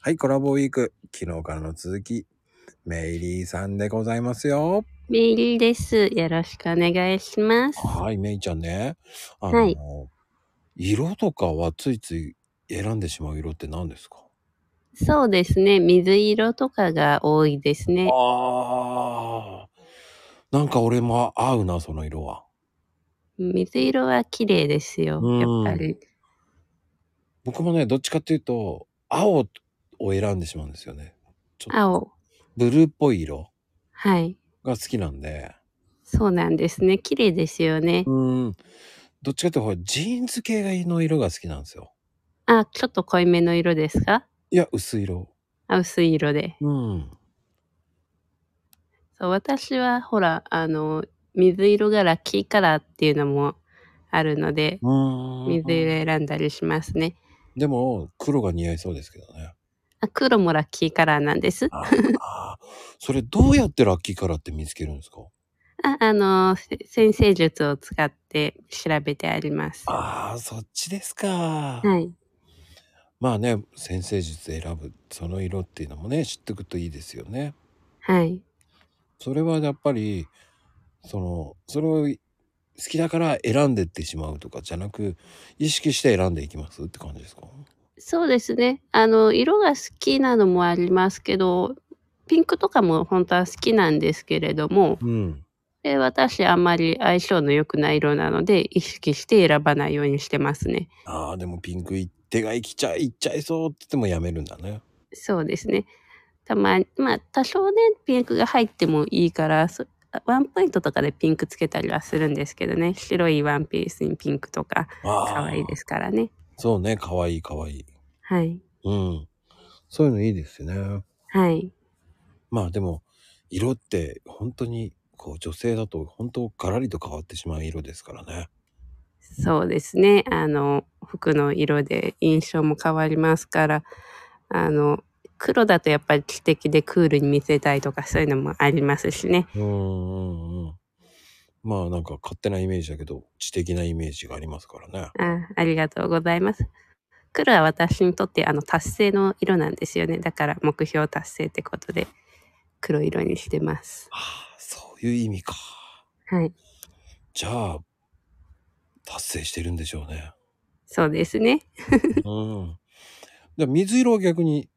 はい、コラボウィーク。昨日からの続き、メイリーさんでございますよ。メイリーです。よろしくお願いします。はい、メイちゃんね。あの、はい色とかはついつい選んでしまう色って何ですかそうですね。水色とかが多いですね。ああ。なんか俺も合うな、その色は。水色は綺麗ですよう。んやっぱり。僕もね、どっちかっていうと、青を選んでしまうんですよね。ちょっと青。ブルーっぽい色はい。が好きなんで。そうなんですね。綺麗ですよね。うん。どっちかっていうとほら、ジーンズ系の色が好きなんですよ。あ、ちょっと濃いめの色ですかいや、薄い色。あ薄い色で。うん。そう私は、ほら、あの、水色がラッキーカラーっていうのもあるので、うーん水色選んだりしますね。でも黒が似合いそうですけどね。あ黒もラッキーカラーなんです。あ あそれどうやってラッキーカラーって見つけるんですかああの、せ先生術を使って調べてあります。はああそっちですか。い。まあね先生術選ぶその色っていうのもね知っておくといいですよね。はい。それはやっぱりそのそれを好きだから選んでってしまうとかじゃなく意識して選んでいきますって感じですかそうですね。あの、色が好きなのもありますけど、ピンクとかも本当は好きなんですけれども、うん。え私あんまり相性の良くない色なので、意識して選ばないようにしてますね。ああでもピンクい手がいきちゃいっちゃいそうって言ってもやめるんだね。そうですね。たまに、まあ、多少ね、ピンクが入ってもいいから、そワンポイントとかでピンクつけたりはするんですけどね。白いワンピースにピンクとか、可可愛いですからね。そうね可愛い可愛い。はい。うん。そういうのいいですよね。はい。まあでも、色って本当に、こう女性だと本当ガラリと変わってしまう色ですからね。そうですね。あの、服の色で印象も変わりますから、あの、黒だとやっぱり知的でクールに見せたいとかそういうのもありますしね。うんうんうん。まあなんか勝手なイメージだけど、知的なイメージがありますからね。あありがとうございます。黒は私にとってあの達成の色なんですよね。だから目標達成ってことで黒色にしてます。ああ、そういう意味か。はい。じゃあ、達成してるんでしょうね。そうですね。うん。じゃあ水色は逆に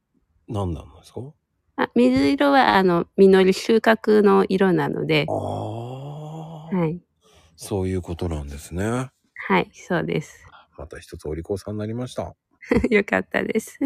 何なんですかあ水色はあの実り収穫の色なので、ああ、はい。そういうことなんですね。はい、そうです。 また一つお利口さんになりました。よかったです。